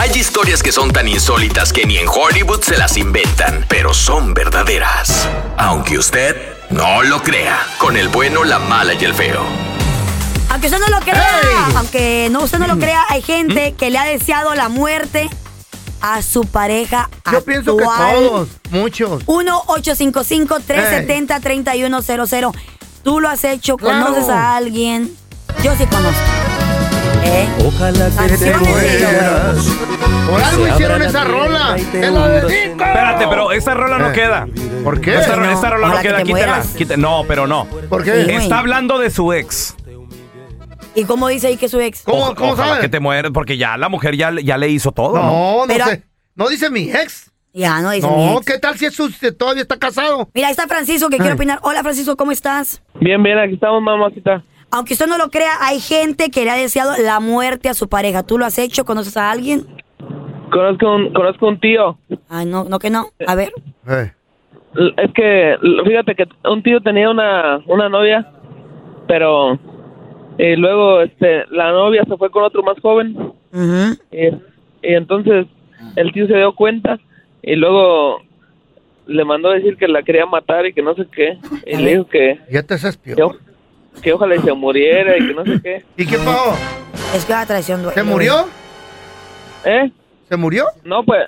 Hay historias que son tan insólitas que ni en Hollywood se las inventan, pero son verdaderas. Aunque usted no lo crea, con el bueno, la mala y el feo. Aunque usted no lo crea, aunque no, usted no Mm. lo crea, hay gente que le ha deseado la muerte a su pareja Yo actual. pienso que todos, muchos. 1-855-370-3100. ¿Tú lo has hecho? ¿Conoces Claro. a alguien? Yo sí conozco. Oh. ¿Eh? Ojalá que te Canciones de mueras. Por algo Se hicieron abra la esa puerta rola. y te ¡Te la hundas. dedico! Espérate, pero esta rola no Eh. queda. ¿Por qué? Esta, no. esta rola no Ojalá que queda, te quítala, mueras. quítala. No, pero no. ¿Por Sí, güey. qué? Está hablando de su ex. ¿Y cómo dice ahí que su ex? ¿Cómo, Oja- cómo ojalá sabes? que te mueres, porque ya la mujer ya, le- ya le hizo todo. ¿no? No, no Pero- sé. ¿No dice mi ex? Ya, no dice mi No, ex. ¿qué tal si es su- si todavía está casado? Mira, ahí está Francisco que quiere opinar. Hola, Francisco, ¿cómo estás? Bien, bien, aquí estamos, mamacita. Aunque usted no lo crea, hay gente que le ha deseado la muerte a su pareja. ¿Tú lo has hecho? ¿Conoces a alguien? Conozco un, conozco un tío. Ay, no, no que no. A ver. Eh. L- Es que, l- fíjate que un tío tenía una, una novia, pero eh, luego este, la novia se fue con otro más joven. Ujú. Y, y entonces el tío se dio cuenta y luego le mandó a decir que la quería matar y que no sé qué. Y le dijo que, Ya te haces peor. que, o- que ojalá y se muriera y que no sé qué. ¿Y qué pasó? Es que la traición duele. ¿Se murió? ¿Eh? ¿Se murió? No, pues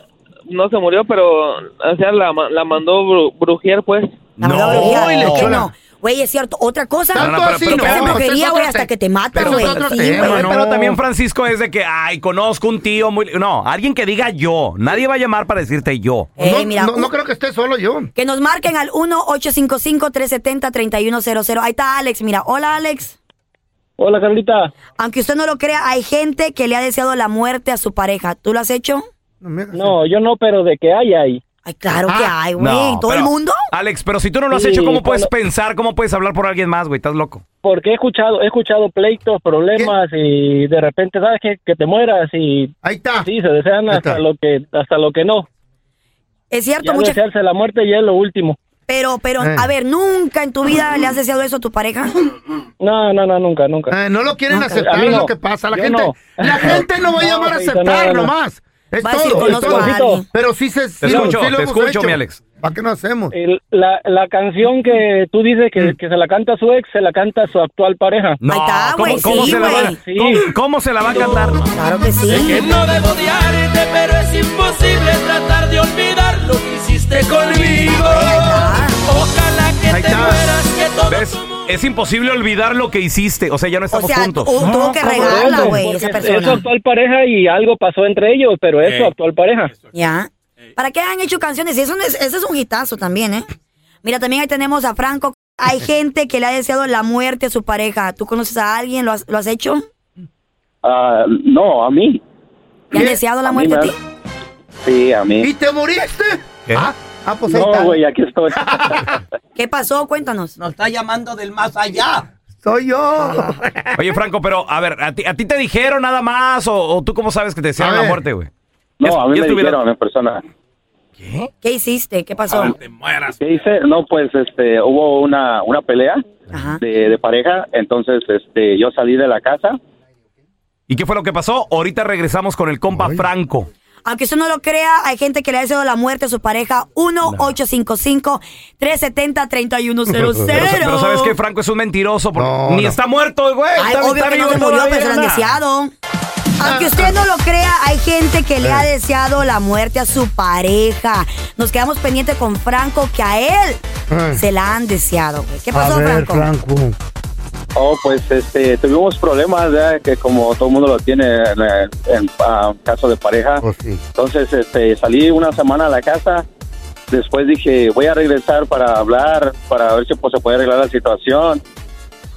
no se murió, pero o sea, la, ma- la mandó bru- brujear, pues. La verdad, No, brujería, y le ¿por qué echó la- no? Güey, es cierto. Otra cosa. Tanto no, pero- así pero- no. pero- pero- ese es brujería, otro güey, hasta te- que te mata, pero güey. es otro Sí, tema, güey, no. Pero también Francisco es de que, ay, conozco un tío muy... No, alguien que diga yo. Nadie va a llamar para decirte yo. Eh, no, mira, no- no uh, creo que esté solo yo. Que nos marquen al 1-855-370-3100. Ahí está Alex. Mira, hola Alex. Hola, Carlita. Aunque usted no lo crea, hay gente que le ha deseado la muerte a su pareja. ¿Tú lo has hecho? No, me hagas- yo no, pero de que hay, hay. Ay, claro que Ah, hay, güey. No, ¿Todo el pero- mundo? Alex, pero si tú no lo has Sí, hecho, ¿cómo puedes cuando- pensar? ¿Cómo puedes hablar por alguien más, güey? Estás loco. Porque he escuchado, he escuchado pleitos, problemas y de repente, ¿sabes qué? Que te mueras y Ahí está. sí, se desean Ahí está. hasta lo que hasta lo que no. Es cierto, Ya muchas... desearse la muerte ya es lo último. Pero, pero, Eh. a ver, ¿nunca en tu vida le has deseado eso a tu pareja? No, no, no, nunca, Ah. nunca. Eh, no lo quieren No, aceptar, a mí es lo no. que pasa. La Yo gente no. la gente no va a No, llamar a Feito, aceptar no, no. nomás. Es Va a decir, todo. es conozco todo. a alguien. Pero sí se Te sí, escucho, sí lo te hemos escucho, hecho. mi Alex. ¿Para qué no hacemos? El- la, la canción que tú dices Mm. que, que se la canta a su ex, se la canta a su actual pareja. No, Ahí está, ¿cómo, güey, cómo sí, se la va, güey. Sí. ¿cómo, cómo se la va a cantar? Claro que sí. No debo odiarte, pero es imposible tratar de olvidar lo que hiciste conmigo. Ojalá que Ahí te está. mueras, que todo ¿Ves? Es imposible olvidar lo que hiciste. O sea, ya no O estamos sea, tu- juntos. tuvo que regalarla, Porque güey, esa Es su persona. actual pareja y algo pasó entre ellos, pero es su Ey. actual pareja. Ya. ¿Para qué han hecho canciones? Y eso no es, ese es un hitazo también, ¿eh? Mira, también ahí tenemos a Franco. Hay gente que le ha deseado la muerte a su pareja. ¿Tú conoces a alguien? ¿Lo has, lo has hecho? Ah, no, a mí. ¿Le han ¿Qué? deseado la A mí muerte a me ti? Sí, a mí. ¿Y te moriste? ¿Qué? Ah, ah, pues ahí está. No, güey, aquí estoy. ¿Qué pasó? Cuéntanos. nos está llamando del más allá. Soy yo. Oye, Franco, pero a ver, ¿a ti, a ti te dijeron nada más? ¿O, o tú cómo sabes que te A desearon la ver. muerte, güey? No, Ya- a mí ya me estuvieron- dijeron en persona. ¿Qué hiciste? ¿Qué pasó? ¿Qué hice? No, pues este, hubo una, una pelea Ajá. de, de pareja, entonces este, yo salí de la casa. ¿Y qué fue lo que pasó? Ahorita regresamos con el compa Franco. Aunque usted no lo crea, hay gente que le ha deseado la muerte a su pareja. 1-855-370-3100. Pero, sa- pero ¿sabes qué? Franco es un mentiroso. porque No, ni no. está muerto, güey. Ay, Está- obvio está que no vivo se murió, todavía, Ah. pero se lo han nada. deseado. Aunque usted no lo crea, hay gente que le ha Eh. deseado la muerte a su pareja. Nos quedamos pendientes con Franco, que a él Eh. se la han deseado. güey. ¿Qué A pasó, ver, Franco? Franco. Oh, pues este, tuvimos problemas, ¿verdad? que como todo el mundo lo tiene en, eh, en, ah, caso de pareja. Pues sí. Entonces este, salí una semana a la casa. Después dije, voy a regresar para hablar, para ver si pues, se puede arreglar la situación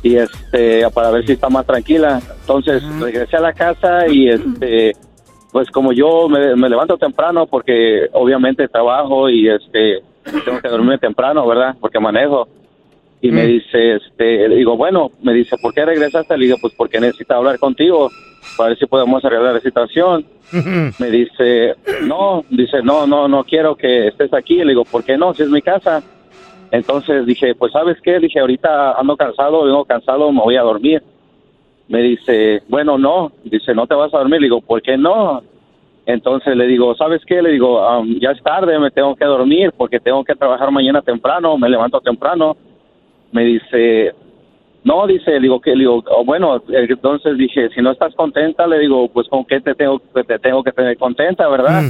y este, para ver si está más tranquila. Entonces regresé a la casa y este, pues como yo me, me levanto temprano porque obviamente trabajo y este, tengo que dormirme temprano, ¿verdad? Porque manejo. Y me dice, este, le digo, bueno, me dice, ¿por qué regresaste? Le digo, pues porque necesito hablar contigo para ver si podemos arreglar la situación Mm. me dice, no, dice, no, no, no quiero que estés aquí. Le digo, ¿por qué no? Si es mi casa. Entonces dije, pues sabes qué, dije, ahorita ando cansado, vengo cansado, me voy a dormir. Me dice, bueno, no, dice, no te vas a dormir. Le digo, ¿por qué no? Entonces le digo, ¿sabes qué? Le digo, "Am, ya es tarde, me tengo que dormir porque tengo que trabajar mañana temprano, me levanto temprano. Me dice, no, dice, le digo que, le digo, "Oh, bueno, eh, entonces dije, si no estás contenta, le digo, pues con qué te tengo, que te tengo que tener contenta, ¿verdad?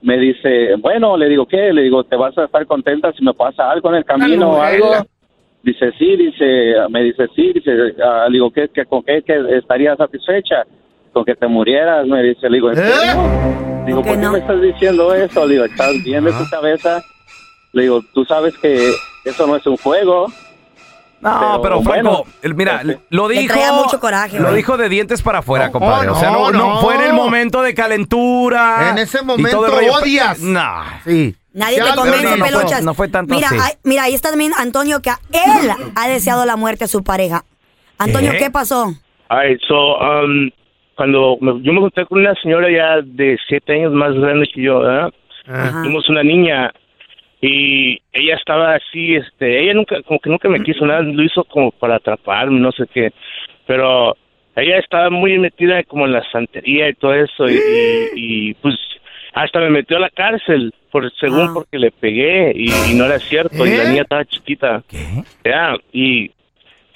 Me dice, bueno, le digo, ¿qué? Le digo, ¿te vas a estar contenta si me pasa algo en el camino o algo? Dice, sí, dice, me dice, sí, dice, ah, le digo, ¿qué, qué- con qué que estaría satisfecha? Con que te murieras, me dice, le digo, ¿en serio? Digo, Ok, ¿Eh? ¿por qué no. me estás diciendo eso? Le digo, ¿estás bien de tu cabeza? Le digo, tú sabes que eso no es un juego. No, pero, Pero Franco, bueno. el- mira, este, lo Le dijo. traía mucho coraje, Lo güey. dijo de dientes para afuera, No, compadre. o sea, no, Oh, no, no no. fue en el momento de calentura. En ese y momento todo el rollo. odias. No. Sí. Nadie Ya, te pero convence, no, no fue- Eh. pelochas. no fue tanto mira, así. ay- mira, ahí está también Antonio, que a él ha deseado la muerte a su pareja. Antonio, ¿Eh? ¿qué pasó? Alright, so, um, cuando me- yo me encontré con una señora ya de siete años más grande que yo, ¿verdad? Ah. Fuimos una niña y ella estaba así, este, ella nunca, como que nunca me quiso nada, lo hizo como para atraparme, no sé qué, pero ella estaba muy metida como en la santería y todo eso y, y- y, pues hasta me metió a la cárcel por según Ah. porque le pegué y, y no era cierto y la ¿Eh? niña estaba chiquita. Ya, y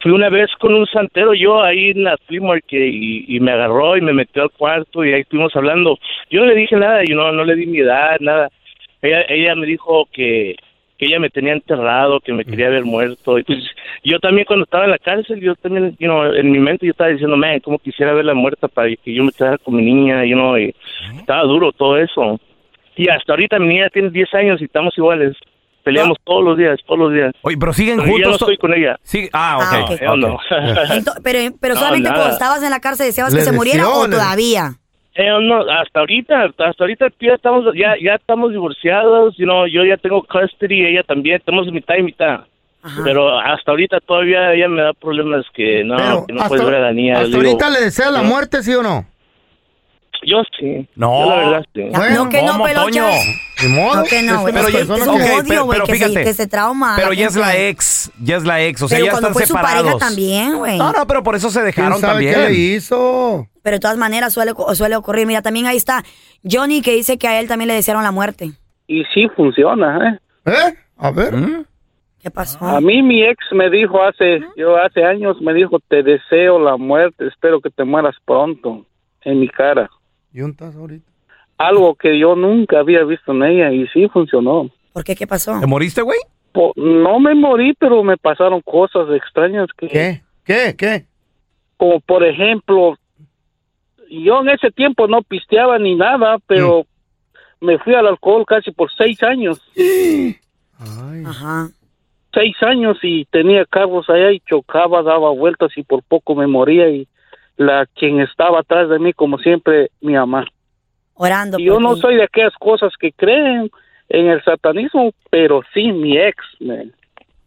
fui una vez con un santero yo ahí en la flea market y, y me agarró y me metió al cuarto y ahí estuvimos hablando. Yo no le dije nada, yo no, no le di mi edad, nada. Ella, ella me dijo que, que ella me tenía enterrado, que me quería ver muerto. Y pues yo también cuando estaba en la cárcel, yo también, you know, en mi mente yo estaba diciendo, man, cómo quisiera verla muerta para que yo me quedara con mi niña, you know, y estaba duro todo eso. Y hasta ahorita mi niña tiene 10 años y estamos iguales. Peleamos todos los días, todos los días. Oye, pero siguen Pero yo juntos. ya no to- estoy con ella. Sí, ah, ok. Ah, ok. Yo no. Ento- pero, pero No, solamente nada. cuando estabas en la cárcel deseabas Le que se muriera deseó, o le- todavía. Yo no, hasta ahorita, hasta ahorita ya estamos, ya, ya estamos divorciados, you know, yo ya tengo custody, ella también, tenemos mitad y mitad. Ajá. Pero hasta ahorita todavía ella me da problemas que no, Pero que no puedes ver a la niña. hasta digo, ahorita le desea la no. muerte, ¿sí o no? Yo sí. No. Yo la verdad sí. Ya, Bueno, no que no, ¿cómo, pelochas. Toño? Ni modo. No que no, güey. Pero Es ya- que es un ok, odio, güey, pero que, se- fíjate. que se trauma. a Pero ya es la gente. ex, ya es la ex, o sea, Ah, Pero ya cuando están fue separados. su pareja también, güey. No, no, pero por eso se dejaron ¿Quién sabe también. qué le hizo? Pero de todas maneras suele, suele ocurrir. Mira, también ahí está Johnny que dice que a él también le desearon la muerte. Y sí funciona, ¿eh? ¿Eh? A ver. ¿Mm? ¿Qué pasó? A mí mi ex me dijo hace, yo hace años me dijo, te deseo la muerte, espero que te mueras pronto, en mi cara. ¿Y un tazo ahorita? Algo que yo nunca había visto en ella y sí funcionó. ¿Por qué? ¿Qué pasó? ¿Te moriste, güey? Po- no me morí, pero me pasaron cosas extrañas que... ¿Qué? ¿Qué? ¿Qué? Como por ejemplo, yo en ese tiempo no pisteaba ni nada, pero me fui al alcohol casi por seis años. Ay. Ajá. seis años y tenía carros allá y chocaba, daba vueltas y por poco me moría y la quien estaba atrás de mí como siempre mi mamá. Orando. Y yo por no ti. soy de aquellas cosas que creen en el satanismo, pero sí mi ex. man.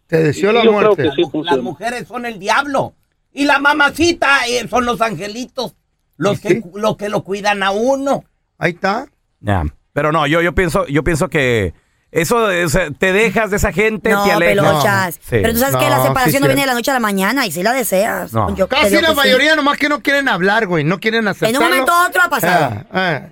Te deseó Y la yo muerte. creo que sí Las funciona. mujeres son el diablo. Y la mamacita eh, son los angelitos. Los que, cu- los que lo cuidan a uno. Ahí está. Ya. Pero no, yo, yo pienso, yo pienso que eso o sea, te dejas de esa gente, No, te alejas. pelochas. Sí. Pero tú sabes que No, la sí, separación no cierto. viene de la noche a la mañana y si la deseas. No. Yo te Casi digo la que pues sí. mayoría nomás que no quieren hablar, güey. No quieren En aceptarlo. un momento u otro ha pasado. Ah, ah.